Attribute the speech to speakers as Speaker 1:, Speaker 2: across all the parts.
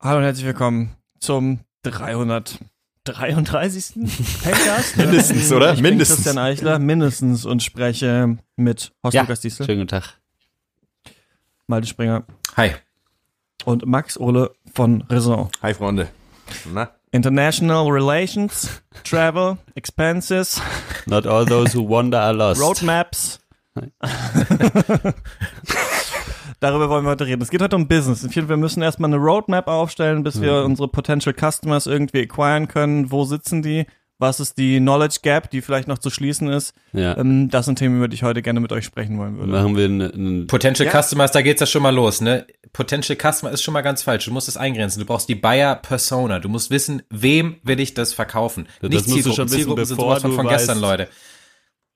Speaker 1: Hallo und herzlich willkommen zum 333. Podcast.
Speaker 2: Mindestens, oder?
Speaker 1: Ich
Speaker 2: Mindestens.
Speaker 1: bin Christian Eichler, mindestens und spreche mit Horst
Speaker 3: Ja.
Speaker 1: Lukas Diesel,
Speaker 3: Schönen guten Tag.
Speaker 1: Malte Springer
Speaker 2: Hi.
Speaker 1: und Max Ole von Raison.
Speaker 2: Hi, Freunde. Na?
Speaker 1: International Relations, Travel, Expenses,
Speaker 3: Not all those who wander are lost.
Speaker 1: Roadmaps. Darüber wollen wir heute reden. Es geht heute um Business. Ich finde, Wir müssen erstmal eine Roadmap aufstellen, bis wir
Speaker 3: Mhm.
Speaker 1: unsere Potential Customers irgendwie acquiren können. Wo sitzen die? Was ist die Knowledge Gap, die vielleicht noch zu schließen ist?
Speaker 3: Ja.
Speaker 1: Ähm, das sind Themen, über die ich heute gerne mit euch sprechen wollen würde.
Speaker 3: Machen wir einen.
Speaker 4: Potential Customers, da geht's ja schon mal los, ne? Potential Customer ist schon mal ganz falsch. Du musst es eingrenzen. Du brauchst die Buyer Persona. Du musst wissen, wem will ich das verkaufen?
Speaker 3: Das
Speaker 4: Nicht
Speaker 3: musst du
Speaker 4: Zielgruppen.
Speaker 3: schon wissen,
Speaker 4: Zielgruppen sind
Speaker 3: bevor
Speaker 4: sowas von,
Speaker 3: du
Speaker 4: von gestern,
Speaker 3: weißt,
Speaker 4: Leute.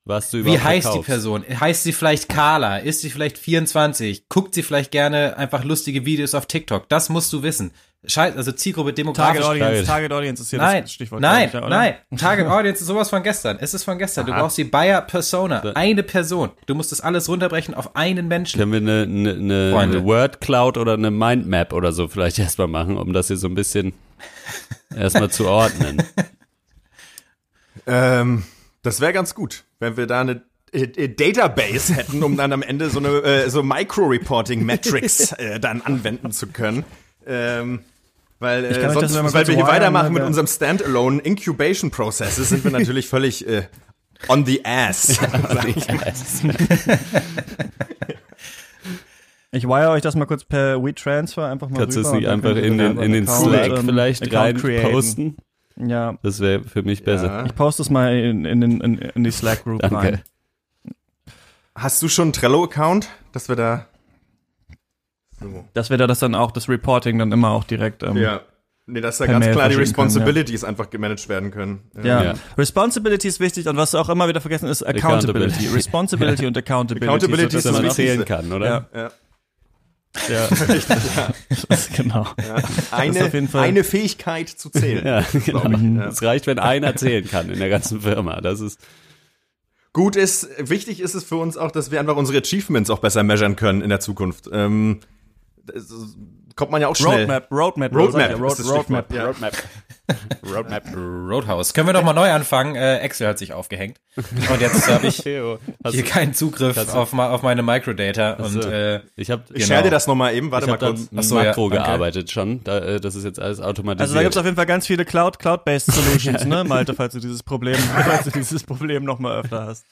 Speaker 3: Was du
Speaker 4: Wie
Speaker 3: überhaupt
Speaker 4: heißt die
Speaker 3: verkaufst.
Speaker 4: Person? Heißt sie vielleicht Carla? Ist sie vielleicht 24? Guckt sie vielleicht gerne einfach lustige Videos auf TikTok? Das musst du wissen. Scheiß, also Zielgruppe,
Speaker 1: Target
Speaker 4: demografisch.
Speaker 1: Audience,
Speaker 3: Target.
Speaker 1: Target Audience ist hier
Speaker 4: Nein,
Speaker 1: das Stichwort.
Speaker 4: nein,
Speaker 1: glaub ich, ja, oder?
Speaker 4: nein. Target Audience ist sowas von gestern. Es ist von gestern. Du brauchst die Buyer Persona. Eine Person. Du musst das alles runterbrechen auf einen Menschen.
Speaker 3: Können wir eine, eine, eine,
Speaker 4: Freunde.
Speaker 3: eine Word Cloud oder eine Mindmap oder so vielleicht erstmal machen, um das hier so ein bisschen erstmal zu ordnen.
Speaker 2: Ähm, das wäre ganz gut, wenn wir da eine äh, äh, Database hätten, um dann am Ende so eine äh, so Micro-Reporting-Metrics äh, dann anwenden zu können. Ähm, weil,
Speaker 1: kann
Speaker 2: äh,
Speaker 1: euch das
Speaker 2: sonst,
Speaker 1: ja mal
Speaker 2: weil wir
Speaker 1: kurz
Speaker 2: hier
Speaker 1: wiren,
Speaker 2: weitermachen mit
Speaker 1: aber-
Speaker 2: unserem Standalone Incubation Processes, sind wir natürlich völlig äh, on the ass. sag ich mal.
Speaker 1: Ich wire euch das mal kurz per WeTransfer einfach mal
Speaker 3: Kannst du
Speaker 1: rüber.
Speaker 3: es
Speaker 1: und
Speaker 3: nicht
Speaker 1: dann
Speaker 3: einfach
Speaker 1: könnt ihr
Speaker 3: in
Speaker 1: da
Speaker 3: den,
Speaker 1: so
Speaker 3: in
Speaker 1: einen
Speaker 3: den
Speaker 1: Account,
Speaker 3: Slack
Speaker 1: ähm,
Speaker 3: vielleicht
Speaker 1: Account
Speaker 3: rein
Speaker 1: createn.
Speaker 3: posten?
Speaker 1: Ja,
Speaker 3: Das wäre für mich besser.
Speaker 1: ich poste es mal in, in, den- in, in die Slack-Group
Speaker 3: Danke.
Speaker 1: rein.
Speaker 2: Hast du schon einen Trello-Account, dass wir da. So.
Speaker 1: Dass wir da das dann auch, das Reporting dann immer auch direkt. Ähm,
Speaker 2: Ja. Nee, dass da
Speaker 1: Per
Speaker 2: ganz
Speaker 1: Mail
Speaker 2: klar die
Speaker 1: verschicken können, ja.
Speaker 2: Responsibilities einfach gemanagt werden können.
Speaker 1: Ja.
Speaker 3: Ja.
Speaker 1: Responsibility ist wichtig und was auch immer wieder vergessen ist, Accountability.
Speaker 3: Accountability.
Speaker 1: Responsibility und Accountability.
Speaker 2: Accountability
Speaker 1: sodass
Speaker 2: ist
Speaker 3: Dass man
Speaker 2: das
Speaker 1: man
Speaker 3: zählen
Speaker 2: Wichtigste.
Speaker 3: kann,
Speaker 1: Ja.
Speaker 3: oder?
Speaker 2: Ja.
Speaker 1: auch, genau. ist auf jeden
Speaker 2: Eine,
Speaker 1: Fall-
Speaker 2: eine Fähigkeit zu zählen.
Speaker 3: Ja, genau.
Speaker 2: glaub ich, ja.
Speaker 3: Es reicht, wenn einer zählen kann in der ganzen Firma. Das ist
Speaker 2: Gut ist, wichtig ist es für uns auch, dass wir einfach unsere Achievements auch besser measuren können in der Zukunft. Ähm, das ist- kommt man ja auch schnell.
Speaker 1: Roadmap, Roadmap,
Speaker 2: Roadmap,
Speaker 1: ja,
Speaker 2: ist
Speaker 1: Road,
Speaker 2: das
Speaker 1: Roadmap.
Speaker 2: Stichwort, ja.
Speaker 3: Roadmap. Roadmap.
Speaker 4: Roadhouse. Können wir doch mal neu anfangen? Äh, Excel hat sich aufgehängt. Und jetzt habe ich
Speaker 3: Theo, hast
Speaker 4: hier
Speaker 3: du-
Speaker 4: keinen Zugriff auf, ma- auf meine Microdata. Und
Speaker 3: so.
Speaker 4: äh,
Speaker 3: ich habe
Speaker 2: Ich share dir das nochmal eben, warte
Speaker 3: genau. Ich
Speaker 2: mal
Speaker 3: habe da
Speaker 2: kurz.
Speaker 3: mit
Speaker 4: Ach so, ja,
Speaker 3: Makro
Speaker 4: danke.
Speaker 3: gearbeitet schon. Da, äh, das ist jetzt alles automatisiert.
Speaker 1: Also da gibt es auf jeden Fall ganz viele Cloud, Cloud-based Solutions, ne, Malte, falls du dieses Problem, falls du dieses Problem nochmal öfter hast.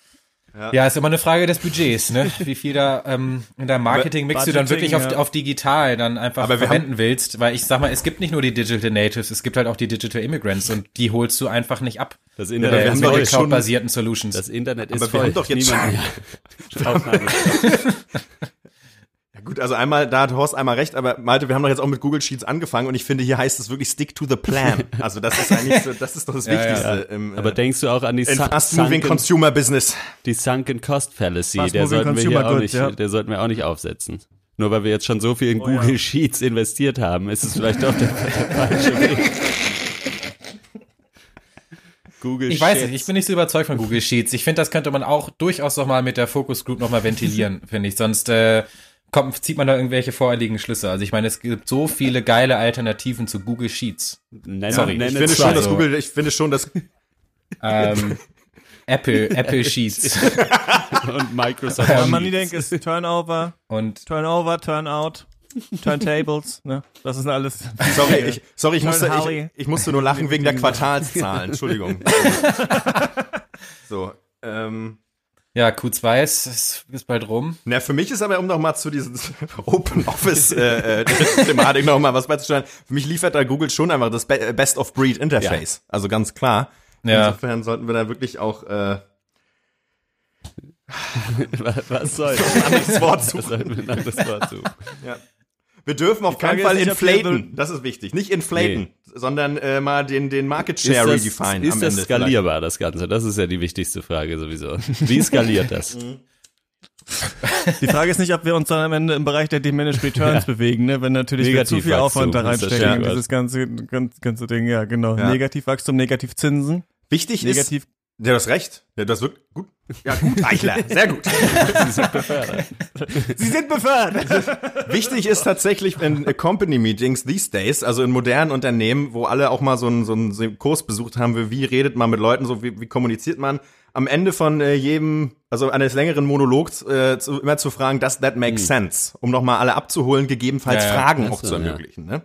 Speaker 4: ja, ist immer eine Frage des Budgets, ne? Wie viel da ähm, in der Marketing-Mix du dann
Speaker 1: Budgeting,
Speaker 4: wirklich auf,
Speaker 1: ja.
Speaker 4: auf digital dann einfach
Speaker 2: Aber wir
Speaker 4: verwenden willst. Weil ich sag mal, es gibt nicht nur die Digital Natives, es gibt halt auch die Digital Immigrants und die holst du einfach nicht ab.
Speaker 3: das
Speaker 2: Ja,
Speaker 3: Internet
Speaker 4: Äh,
Speaker 2: wir haben
Speaker 3: ist
Speaker 2: doch
Speaker 4: mit
Speaker 3: voll.
Speaker 4: den
Speaker 2: jetzt schon-
Speaker 4: cloud-basierten Solutions.
Speaker 3: Das Internet ist
Speaker 2: Aber wir
Speaker 3: voll.
Speaker 2: haben doch jetzt
Speaker 3: Niemand- Aufnahme.
Speaker 2: Ja, gut, also einmal, da hat Horst einmal recht, aber Malte, wir haben doch jetzt auch mit Google Sheets angefangen und ich finde, hier heißt es wirklich Stick to the Plan. Also das ist eigentlich, so, das ist doch das
Speaker 4: Ja, ja.
Speaker 2: Wichtigste. Im, äh,
Speaker 3: Aber denkst du auch an die,
Speaker 2: in
Speaker 3: sun-
Speaker 2: fast moving
Speaker 3: sunken,
Speaker 2: consumer business.
Speaker 3: die sunken cost fallacy?
Speaker 1: Fast
Speaker 3: Der
Speaker 1: moving
Speaker 3: sollten, wir
Speaker 1: consumer
Speaker 3: hier auch
Speaker 1: goods,
Speaker 3: nicht,
Speaker 1: ja.
Speaker 3: der sollten wir auch nicht aufsetzen. Nur weil wir jetzt schon so viel
Speaker 2: Oh
Speaker 3: in Google Sheets investiert haben, ist es vielleicht doch der, der falsche Weg. Google
Speaker 4: Ich weiß
Speaker 3: Sheets.
Speaker 4: nicht, ich bin nicht so überzeugt von Google Sheets. Ich finde, das könnte man auch durchaus nochmal mit der Focus Group nochmal ventilieren, finde ich. Sonst äh, kommt, zieht man da irgendwelche vorherigen Schlüsse. Also ich meine, es gibt so viele geile Alternativen zu Google Sheets.
Speaker 3: Nenn,
Speaker 4: Sorry,
Speaker 3: nenn
Speaker 2: Ich
Speaker 3: es also
Speaker 2: finde
Speaker 3: zwei.
Speaker 2: schon, dass Google, ich finde schon, dass
Speaker 4: Ähm, Apple, Apple Sheets
Speaker 3: und Microsoft.
Speaker 1: Wenn man nie
Speaker 3: Sheets.
Speaker 1: denkt, ist Turnover,
Speaker 4: und
Speaker 1: Turnover, Turnout, Turntables, ne, das ist alles.
Speaker 2: Sorry, ich, sorry, ich,
Speaker 1: Nein,
Speaker 2: musste,
Speaker 1: Harry.
Speaker 2: ich, ich musste nur lachen wegen der Quartalszahlen. Entschuldigung. so. Ähm,
Speaker 4: ja, Q2 ist, ist, ist bald rum.
Speaker 2: na, für mich ist aber, um nochmal zu diesen Open Office-Thematik noch nochmal was beizustellen, für mich liefert da Google schon einfach das Be äh, Best-of-Breed-Interface. Also ganz klar.
Speaker 4: Ja.
Speaker 2: Insofern sollten wir da wirklich auch äh,
Speaker 3: Was soll
Speaker 2: das Wort
Speaker 3: Das
Speaker 2: suchen.
Speaker 3: sollten wir nach das Wort suchen.
Speaker 2: Wir dürfen auf keinen
Speaker 1: Frage
Speaker 2: Fall
Speaker 1: ist nicht, ob wir-
Speaker 2: inflaten. Das ist wichtig. Nicht inflaten, sondern äh, mal den, den Market Share
Speaker 3: ist das,
Speaker 2: redefine am
Speaker 3: ist das
Speaker 2: Ende. vielleicht.
Speaker 3: skalierbar, das Ganze? Das ist ja die wichtigste Frage sowieso. Wie skaliert das?
Speaker 1: Die Frage ist nicht, ob wir uns dann am Ende im Bereich der Diminished Returns bewegen, ne? wenn natürlich wir zu
Speaker 3: Negativwachstum
Speaker 1: viel Aufwand da
Speaker 3: ist das
Speaker 1: reinstecken,
Speaker 3: Stichwort.
Speaker 1: dieses ganze, ganze, ganze Ding, ja, genau.
Speaker 2: Ja.
Speaker 1: Negativwachstum, Negativzinsen,
Speaker 2: Wichtig ist,
Speaker 1: negativ
Speaker 2: Ja, du hast recht. Ja, das wird gut. Ja, gut, Eichler. Sehr gut. Sie sind befördert. Sie sind befördert. Wichtig ist tatsächlich in äh, Company Meetings these days, also in modernen Unternehmen, wo alle auch mal so einen, so einen Kurs besucht haben, wie, wie redet man mit Leuten, so wie, wie kommuniziert man, am Ende von äh, jedem, also eines längeren Monologs, äh, zu, immer zu fragen, does that make sense? Um nochmal alle abzuholen, gegebenenfalls
Speaker 4: Hm. Ja, ja.
Speaker 2: Fragen auch
Speaker 3: so,
Speaker 2: zu
Speaker 3: ja.
Speaker 2: ermöglichen. Ne?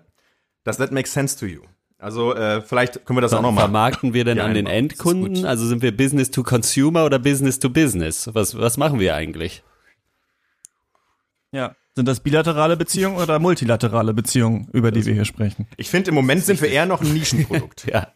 Speaker 2: Does that make sense to you? Also äh, vielleicht können wir das auch nochmal
Speaker 3: Vermarkten wir denn
Speaker 2: Ja,
Speaker 3: an den
Speaker 2: einmal. Das
Speaker 3: Endkunden? Also sind wir Business to Consumer oder Business to Business? Was, was machen wir eigentlich?
Speaker 1: Ja. Sind das bilaterale Beziehungen oder multilaterale Beziehungen, über die wir hier sprechen?
Speaker 2: Ich finde, im Moment sind wir eher noch ein Nischenprodukt.
Speaker 3: Ja,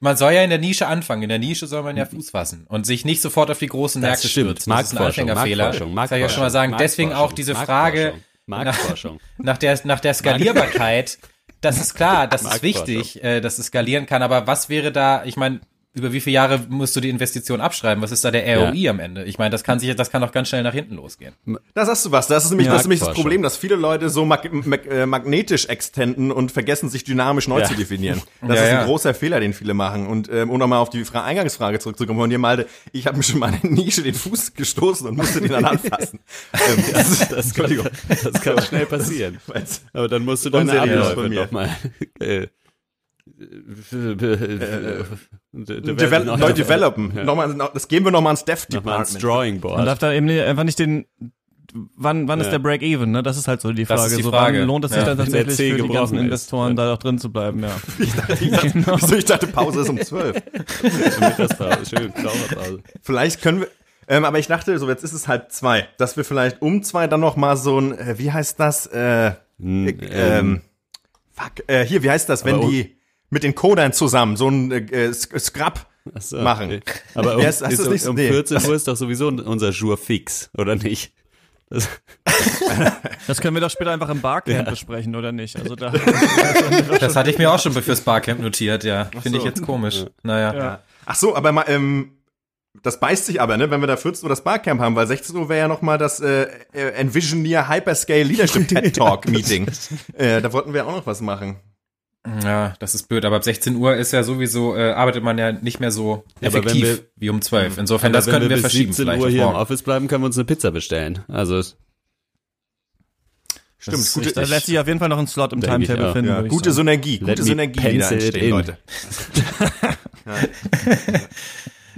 Speaker 4: Man soll ja in der Nische anfangen. In der Nische soll man ja Fuß fassen und sich nicht sofort auf die großen
Speaker 3: Mhm. Das
Speaker 4: Märkte
Speaker 3: stimmt.
Speaker 4: stürzen. Das ist ein
Speaker 3: Marktforschung,
Speaker 4: Anfängerfehler.
Speaker 3: Marktforschung,
Speaker 4: das kann ich ja schon mal sagen.
Speaker 3: Marktforschung,
Speaker 4: Deswegen auch diese Frage
Speaker 3: Marktforschung.
Speaker 4: nach der, nach der Skalierbarkeit. Das ist klar, das ist
Speaker 3: Marktforschung.
Speaker 4: wichtig, äh, dass es skalieren kann. Aber was wäre da, ich meine, über wie viele Jahre musst du die Investition abschreiben? Was ist da der ROI am Ende? Ich meine, das kann sich, das kann doch ganz schnell nach hinten losgehen.
Speaker 2: Da sagst du was. Das ist nämlich, das, ist nämlich das
Speaker 3: Marktforschung.
Speaker 2: Problem, dass viele Leute so mag mag äh, magnetisch extenden und vergessen, sich dynamisch neu
Speaker 3: Ja.
Speaker 2: zu definieren. Das
Speaker 4: Ja,
Speaker 2: ist ein
Speaker 4: ja.
Speaker 2: großer Fehler, den viele machen. Und ähm, um nochmal auf die Fra Eingangsfrage zurückzukommen von dir, Malte, ich habe mir schon mal in eine Nische den Fuß gestoßen und musste den dann anfassen. ähm, das ist,
Speaker 3: Das kann, das kann schnell passieren.
Speaker 2: weil's-
Speaker 3: Aber dann musst du deine
Speaker 2: Unseriös
Speaker 3: Abläufe
Speaker 2: von mir.
Speaker 3: nochmal äh, äh,
Speaker 2: Devel
Speaker 3: develop-
Speaker 2: neu developen. Nochmal, das geben wir nochmal ans Dev
Speaker 3: Nochmal ans
Speaker 2: Department.
Speaker 3: Drawing
Speaker 1: Man
Speaker 3: Board.
Speaker 1: darf da eben nicht- einfach nicht den. Wann, wann ist der Break-Even? Ne? Das ist halt so die Frage.
Speaker 4: ist die
Speaker 1: so,
Speaker 4: Frage.
Speaker 1: Wann lohnt es sich
Speaker 4: Ja.
Speaker 1: dann
Speaker 3: Wenn der
Speaker 1: tatsächlich
Speaker 3: Zeh
Speaker 1: für die
Speaker 3: gebrochen
Speaker 1: ganzen
Speaker 3: ist.
Speaker 1: Investoren da auch drin zu bleiben? Ja.
Speaker 2: Ich dachte, wieso? ich dachte, Pause ist um zwölf.
Speaker 3: Mittagspause, schön, Dauerpause.
Speaker 2: Vielleicht können wir. Ähm, aber ich dachte, so jetzt ist es halb zwei, dass wir vielleicht um zwei dann noch mal so ein, äh, wie heißt das? Äh, äh, ähm, fuck, äh, hier, wie heißt das, wenn
Speaker 3: Aber- oh.
Speaker 2: die mit den Codern zusammen so ein äh, äh, Sk- Scrub
Speaker 3: Ach so,
Speaker 2: machen?
Speaker 3: okay. Aber um,
Speaker 2: Ja, es- das
Speaker 3: ist,
Speaker 2: ist nicht so-
Speaker 3: um
Speaker 2: nee.
Speaker 3: 14 Uhr ist doch sowieso unser Jour fix, oder nicht? Das,
Speaker 1: Das können wir doch später einfach im Barcamp besprechen, oder nicht? Also da,
Speaker 4: Das hatte ich mir auch schon fürs Barcamp notiert, ja. Finde ich
Speaker 2: so.
Speaker 4: jetzt komisch. Naja.
Speaker 1: ja.
Speaker 2: Ach so, aber mal, ähm, das beißt sich aber, ne, wenn wir da 14 Uhr das Barcamp haben, weil 16 Uhr wäre ja noch mal das äh, äh, Envisioneer Hyperscale Leadership TED Talk Meeting. äh, da wollten wir auch noch was machen.
Speaker 4: Ja, das ist blöd, aber ab 16 Uhr ist ja sowieso, äh, arbeitet man ja nicht mehr so
Speaker 3: Ja, aber wenn
Speaker 4: effektiv
Speaker 3: wir- Mhm.
Speaker 4: wie um 12. Insofern, das
Speaker 3: Aber
Speaker 4: können wir,
Speaker 3: bis
Speaker 4: verschieben
Speaker 3: 17
Speaker 4: vielleicht.
Speaker 3: Uhr
Speaker 4: auf
Speaker 3: hier im
Speaker 4: morgen.
Speaker 3: Office bleiben, können wir uns eine Pizza bestellen. Also
Speaker 2: Stimmt,
Speaker 4: ist
Speaker 2: gute,
Speaker 1: Da lässt sich auf jeden Fall noch ein Slot im
Speaker 3: Denke ich
Speaker 1: Timetable
Speaker 3: auch.
Speaker 1: finden.
Speaker 2: ja,
Speaker 1: würde ich
Speaker 2: gute
Speaker 1: sagen.
Speaker 2: Synergie,
Speaker 3: Let
Speaker 2: gute
Speaker 3: me
Speaker 2: Synergie, die da
Speaker 3: pencil it
Speaker 2: entstehen,
Speaker 3: in.
Speaker 2: Leute.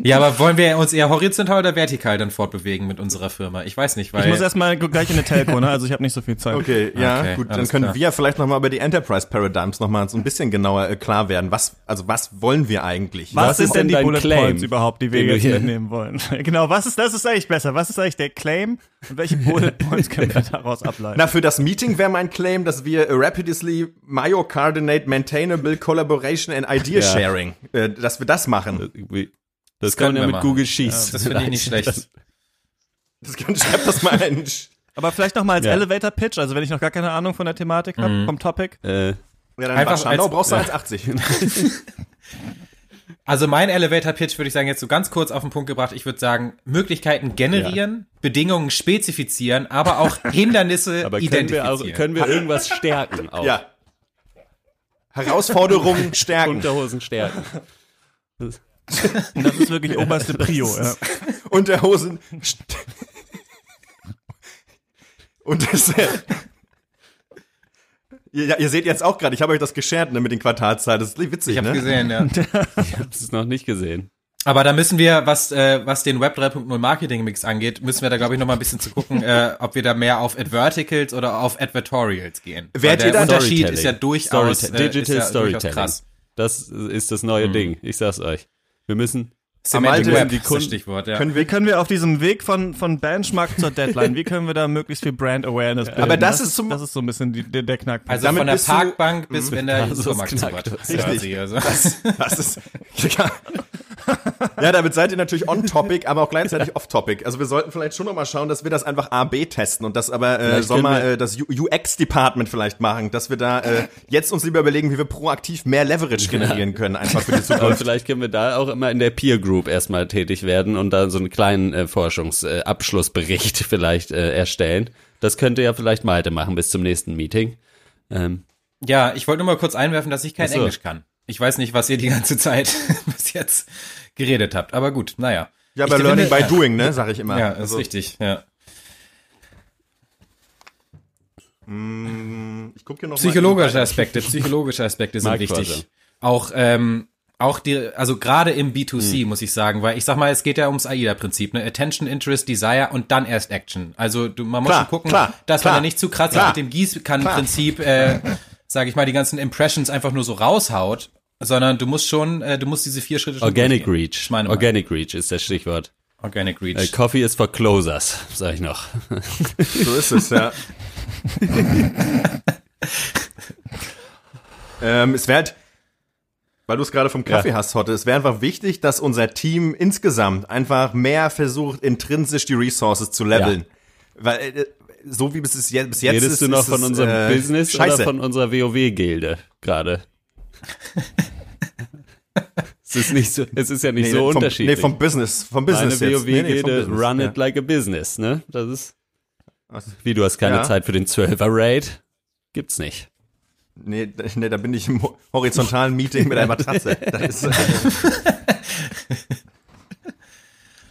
Speaker 4: ja, aber wollen wir uns eher horizontal oder vertikal dann fortbewegen mit unserer Firma? Ich weiß nicht, weil.
Speaker 1: Ich muss erstmal gleich in eine Telco, ne? Also ich habe nicht so viel Zeit.
Speaker 2: Okay, ja,
Speaker 4: Ah, Okay,
Speaker 2: gut, dann
Speaker 4: alles
Speaker 2: können
Speaker 4: klar.
Speaker 2: wir vielleicht nochmal über die Enterprise Paradigms nochmal so ein bisschen genauer äh, klar werden. Was, also was wollen wir eigentlich?
Speaker 1: Was,
Speaker 3: Was ist
Speaker 1: sind denn
Speaker 3: denn
Speaker 1: die
Speaker 3: dein
Speaker 1: Bullet
Speaker 3: Claim,
Speaker 1: Points überhaupt, die wir
Speaker 3: den du
Speaker 1: jetzt
Speaker 3: hier-
Speaker 1: mitnehmen wollen? genau, was ist, das ist eigentlich besser. Was ist eigentlich der Claim und welche Bullet Points können wir daraus ableiten?
Speaker 2: Na, für das Meeting wäre mein Claim, dass wir äh, rapidly myocoordinate maintainable collaboration and idea
Speaker 3: Ja.
Speaker 2: sharing, äh, dass wir das machen.
Speaker 3: irgendwie. Das, kann
Speaker 4: können
Speaker 3: man
Speaker 4: wir
Speaker 3: ja mit
Speaker 4: machen.
Speaker 3: Google Sheets.
Speaker 4: das finde ich nicht schlecht.
Speaker 2: Das kann, schreib das mal ein.
Speaker 1: Aber vielleicht nochmal als
Speaker 3: Ja.
Speaker 1: Elevator Pitch, also wenn ich noch gar keine Ahnung von der Thematik habe, vom Topic.
Speaker 3: Äh,
Speaker 2: Ja, dann
Speaker 4: Einfach
Speaker 2: Einfach Standau
Speaker 4: als-
Speaker 2: brauchst du 1,80.
Speaker 4: Also mein Elevator Pitch würde ich sagen, jetzt so ganz kurz auf den Punkt gebracht. Ich würde sagen, Möglichkeiten generieren, Bedingungen spezifizieren, aber auch Hindernisse
Speaker 3: aber können
Speaker 4: identifizieren.
Speaker 3: wir, auch, können wir irgendwas stärken? Auch?
Speaker 2: Ja. Herausforderungen stärken.
Speaker 3: Unterhosen stärken.
Speaker 1: Und das ist wirklich oberste Prio. Ja.
Speaker 2: Unterhosen. st- Und das. äh, Ja, ihr seht jetzt auch gerade, ich habe euch das geschert ne, mit den Quartalszahlen. Das ist witzig,
Speaker 4: ich habe
Speaker 2: ne?
Speaker 4: gesehen, ja.
Speaker 3: Das ist noch nicht gesehen.
Speaker 4: Aber da müssen wir, was, äh, was den Web 3.0 Marketing Mix angeht, müssen wir da, glaube ich, noch mal ein bisschen zu gucken, äh, ob wir da mehr auf Adverticals oder auf Advertorials gehen. Weil
Speaker 2: Werdet ihr
Speaker 4: der
Speaker 2: da-
Speaker 4: Unterschied ist ja
Speaker 3: Storytelling.
Speaker 4: durchaus,
Speaker 3: Storyte-
Speaker 4: äh,
Speaker 3: Digital
Speaker 4: ist ja
Speaker 3: Storytelling.
Speaker 4: durchaus krass. Hm.
Speaker 3: Das ist das neue Ding. Ich sag's euch. Wir müssen.
Speaker 4: Semantic
Speaker 2: Alte
Speaker 4: Web
Speaker 2: sind die
Speaker 4: ist das
Speaker 2: Kunden.
Speaker 4: Stichwort, ja.
Speaker 2: Können
Speaker 1: Wie
Speaker 2: wir,
Speaker 1: können wir auf diesem Weg von, von Benchmark zur Deadline, wie können wir da möglichst viel Brand Awareness bilden?
Speaker 2: Aber das ist zum-
Speaker 1: das ist so ein bisschen die, der, der Knackpunkt.
Speaker 4: also
Speaker 2: damit
Speaker 4: von der
Speaker 2: bist du- Mm,
Speaker 4: Parkbank bis wenn der
Speaker 3: das ist
Speaker 4: Supermarkt zu
Speaker 3: knackt.
Speaker 4: wird.
Speaker 3: Richtig.
Speaker 4: Quasi, also.
Speaker 2: das ist, ja, damit seid ihr natürlich on topic, aber auch gleichzeitig off topic. Also wir sollten vielleicht schon nochmal schauen, dass wir das einfach A/B testen und das aber äh,
Speaker 3: Vielleicht können
Speaker 2: Sommer
Speaker 3: wir-
Speaker 2: äh, das UX Department vielleicht machen, dass wir da äh, jetzt uns lieber überlegen, wie wir proaktiv mehr Leverage generieren können, einfach für die
Speaker 3: Aber
Speaker 2: Zukunft.
Speaker 3: vielleicht können wir da auch immer in der Peer Group erstmal tätig werden und da so einen kleinen äh, Forschungsabschlussbericht äh, Abschlussbericht vielleicht äh, erstellen. Das könnte ja vielleicht Malte machen bis zum nächsten Meeting. Ähm,
Speaker 4: Ja, ich wollte nur mal kurz einwerfen, dass ich kein
Speaker 3: Ach so.
Speaker 4: Englisch kann. Ich weiß nicht, was ihr die ganze Zeit, was bis jetzt geredet habt. Aber gut, naja.
Speaker 2: Ja, bei
Speaker 4: Ich
Speaker 2: Learning
Speaker 4: finde-
Speaker 2: by Doing, ne, sag ich immer.
Speaker 4: Ja, ist
Speaker 2: Also,
Speaker 4: richtig. Ja.
Speaker 2: Ich guck hier noch mal-
Speaker 4: Psychologische Aspekte, psychologische Aspekte sind
Speaker 3: Marktforscher.
Speaker 4: wichtig. Auch, ähm, auch die, also gerade im B2C
Speaker 2: Hm.
Speaker 4: muss ich sagen, weil ich sag mal, es geht ja ums AIDA-Prinzip, ne? Attention, Interest, Desire und dann erst Action. Also du, man muss
Speaker 2: Klar,
Speaker 4: schon gucken,
Speaker 2: klar,
Speaker 4: dass
Speaker 2: klar,
Speaker 4: man ja nicht zu kratzig
Speaker 2: klar,
Speaker 4: mit dem Gießkannenprinzip, äh, sage ich mal, die ganzen Impressions einfach nur so raushaut, sondern du musst schon, äh, du musst diese vier Schritte schon
Speaker 3: Organic
Speaker 4: durchgehen.
Speaker 3: Reach.
Speaker 4: Meine Meinung.
Speaker 3: Organic Reach ist das Stichwort.
Speaker 4: Organic Reach.
Speaker 3: Äh, Coffee is for closers, sag ich noch.
Speaker 2: So ist es, ja. ähm, es wäre halt, weil du es gerade vom Kaffee hast, Hotte, es wäre einfach wichtig, dass unser Team insgesamt einfach mehr versucht, intrinsisch die Resources zu leveln. Weil, äh, so wie bis, es je, bis jetzt
Speaker 3: Redest
Speaker 2: ist,
Speaker 3: du noch
Speaker 2: ist
Speaker 3: von
Speaker 2: es,
Speaker 3: unserem
Speaker 2: äh,
Speaker 3: Business
Speaker 2: Scheiße.
Speaker 3: oder von unserer WoW-Gilde gerade? es ist nicht so, es ist ja nicht
Speaker 2: Nee,
Speaker 3: so
Speaker 2: vom,
Speaker 3: unterschiedlich.
Speaker 2: Nee, vom Business, vom
Speaker 3: Meine
Speaker 2: Business jetzt. Nee, nee, vom
Speaker 3: WoW-Gilde
Speaker 2: Business,
Speaker 3: run
Speaker 2: ja.
Speaker 3: it like a business, ne? Das ist,
Speaker 2: Ach so.
Speaker 3: wie du hast keine
Speaker 2: Ja.
Speaker 3: Zeit für den 12er Raid. Gibt's nicht.
Speaker 2: Nee, da- nee, da bin ich im ho- horizontalen Meeting mit einer Matratze. Das ist,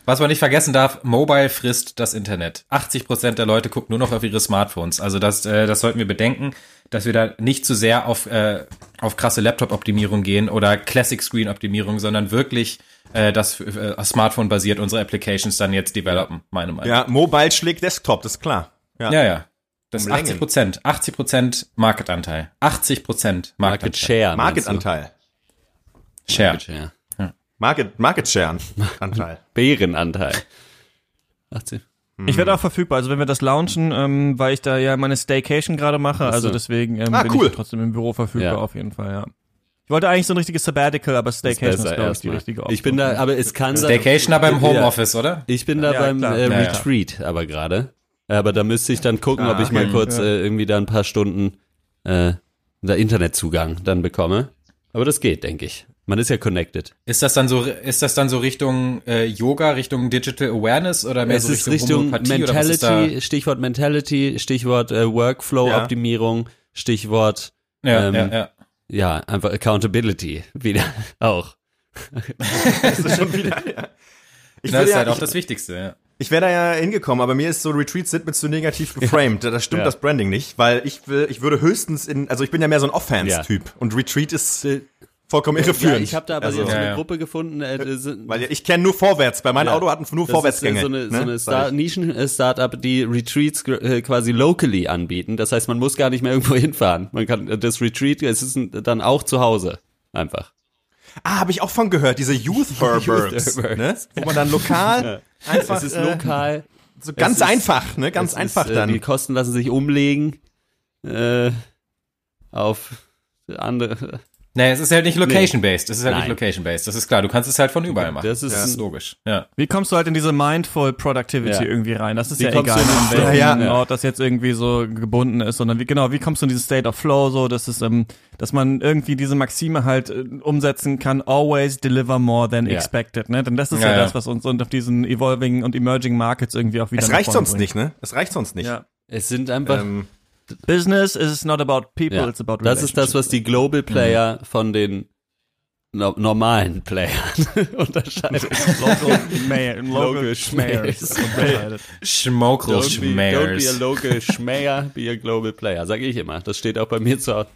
Speaker 4: Was man nicht vergessen darf, Mobile frisst das Internet. 80% der Leute gucken nur noch auf ihre Smartphones. Also das, äh, das sollten wir bedenken, dass wir da nicht zu sehr auf, äh, auf krasse Laptop-Optimierung gehen oder Classic-Screen-Optimierung, sondern wirklich äh, das äh, Smartphone-basiert unsere Applications dann jetzt developen, meine Meinung.
Speaker 2: ja, Mobile schlägt Desktop, das ist klar.
Speaker 4: ja. ja. Das
Speaker 2: Um
Speaker 4: ist 80 Prozent, 80 Prozent Marketanteil, 80 Prozent
Speaker 3: Market
Speaker 4: Marketanteil.
Speaker 3: Share. meinst du?
Speaker 2: Marketanteil.
Speaker 4: Share.
Speaker 3: Market Share.
Speaker 2: Market, Market Share Anteil.
Speaker 3: Bärenanteil. 18.
Speaker 1: Ich
Speaker 3: Mhm.
Speaker 1: werde auch verfügbar. Also wenn wir das launchen, ähm, weil ich da ja meine Staycation gerade mache, also deswegen ähm,
Speaker 2: Ah,
Speaker 1: bin
Speaker 2: cool.
Speaker 1: ich trotzdem im Büro verfügbar
Speaker 3: Ja.
Speaker 1: auf jeden Fall, ja. Ich wollte eigentlich so ein richtiges Sabbatical, aber Staycation ist,
Speaker 3: Besser
Speaker 1: glaube ich, die
Speaker 3: erstmal.
Speaker 1: richtige Option.
Speaker 3: Ich bin da, aber es kann sein.
Speaker 4: Vacation aber im
Speaker 3: Ja.
Speaker 4: Homeoffice, oder?
Speaker 3: Ich bin da
Speaker 1: Ja,
Speaker 3: beim
Speaker 1: klar.
Speaker 3: äh,
Speaker 4: Ja, ja.
Speaker 3: Retreat aber gerade. Aber da müsste ich dann gucken, ob ich mal
Speaker 2: okay.
Speaker 3: kurz äh, irgendwie da ein paar Stunden äh, da Internetzugang dann bekomme. Aber das geht, denke ich. Man ist ja connected.
Speaker 4: Ist das dann so, ist das dann so Richtung äh, Yoga, Richtung Digital Awareness oder mehr
Speaker 3: es
Speaker 4: so
Speaker 3: ist Richtung,
Speaker 4: Homöopathie oder was ist da?
Speaker 3: Mentality, Stichwort Mentality, Stichwort äh, Workflow-Optimierung, Stichwort,
Speaker 4: Ja,
Speaker 3: Ähm,
Speaker 4: ja, ja.
Speaker 3: ja, einfach Accountability wieder auch.
Speaker 2: Das ist schon wieder, ja. Ich,
Speaker 4: Das
Speaker 2: würde
Speaker 4: ist
Speaker 2: ja,
Speaker 4: halt auch
Speaker 2: ich,
Speaker 4: das Wichtigste. Ja.
Speaker 2: ich wäre da ja hingekommen, aber mir ist so Retreats sind mit zu negativ geframed. Das stimmt das Branding nicht, weil ich will, ich würde höchstens in, also ich bin ja mehr so ein Offhands-Typ und Retreat ist äh, vollkommen irreführend.
Speaker 3: Ja, ich habe da aber
Speaker 2: also,
Speaker 3: jetzt so
Speaker 4: Ja,
Speaker 3: eine
Speaker 4: ja.
Speaker 3: Gruppe gefunden, äh, das sind-
Speaker 2: weil ich kenne nur Vorwärts. Bei meinem
Speaker 3: Ja.
Speaker 2: Auto hatten nur
Speaker 3: Das
Speaker 2: Vorwärtsgänge.
Speaker 3: Ist, äh, so eine,
Speaker 2: ne?
Speaker 3: so eine
Speaker 2: Sag ich.
Speaker 3: Star Nischen äh, Startup, die Retreats gr- äh, quasi locally anbieten. Das heißt, man muss gar nicht mehr irgendwo hinfahren. Man kann äh, das Retreat, es ist ein- dann auch zu Hause einfach.
Speaker 2: Ah, habe ich auch von gehört, diese Youth Herbergs,
Speaker 3: Herbergs.
Speaker 2: ne? wo man dann lokal einfach
Speaker 3: es ist
Speaker 2: äh,
Speaker 3: lokal,
Speaker 2: so ganz
Speaker 3: es ist-
Speaker 2: einfach, ne, ganz
Speaker 3: es
Speaker 2: einfach
Speaker 3: ist, äh,
Speaker 2: dann.
Speaker 3: Die Kosten lassen sich umlegen äh, auf andere.
Speaker 4: Nee, es ist halt nicht location-based. Es ist halt
Speaker 3: Nein.
Speaker 4: nicht location-based. Das ist klar. Du kannst es halt von überall machen.
Speaker 3: Das ist
Speaker 4: das ist
Speaker 3: ein-
Speaker 4: logisch. Ja.
Speaker 1: Wie kommst du halt in diese mindful Productivity
Speaker 3: Ja.
Speaker 1: irgendwie rein? Das ist
Speaker 3: Wie
Speaker 1: ja
Speaker 3: kommst
Speaker 1: egal, ne,
Speaker 3: du in
Speaker 1: an
Speaker 3: den
Speaker 1: welchem
Speaker 2: Flow?
Speaker 3: Ja.
Speaker 1: Ort das jetzt irgendwie so gebunden ist, sondern wie genau, wie kommst du in diesen State of Flow, so dass es, ähm, dass man irgendwie diese Maxime halt äh, umsetzen kann, always deliver more than
Speaker 3: Ja.
Speaker 1: expected, ne? Denn das ist
Speaker 4: Ja,
Speaker 1: ja,
Speaker 4: ja.
Speaker 1: das, was uns und auf diesen evolving und emerging markets irgendwie auch wieder.
Speaker 2: Es
Speaker 1: nach
Speaker 2: reicht
Speaker 1: vorne
Speaker 2: sonst
Speaker 1: bringt.
Speaker 2: nicht, ne? Es reicht sonst nicht.
Speaker 1: Ja.
Speaker 3: Es sind einfach
Speaker 2: Ähm,
Speaker 1: Business is not about people,
Speaker 3: Ja.
Speaker 1: it's about
Speaker 3: das ist
Speaker 1: relationships.
Speaker 3: das, was die
Speaker 2: Mhm.
Speaker 3: Global Player von den no normalen Playern unterscheidet.
Speaker 1: Local Mayor,
Speaker 3: Local
Speaker 1: Local
Speaker 3: Schmähers.
Speaker 1: Schmayers. unterscheidet.
Speaker 4: Schmokel,
Speaker 3: Don't be, don't be a
Speaker 4: Schmayers.
Speaker 3: local Schmäher, be a global player, sage ich immer. Das steht auch bei mir zu Hause.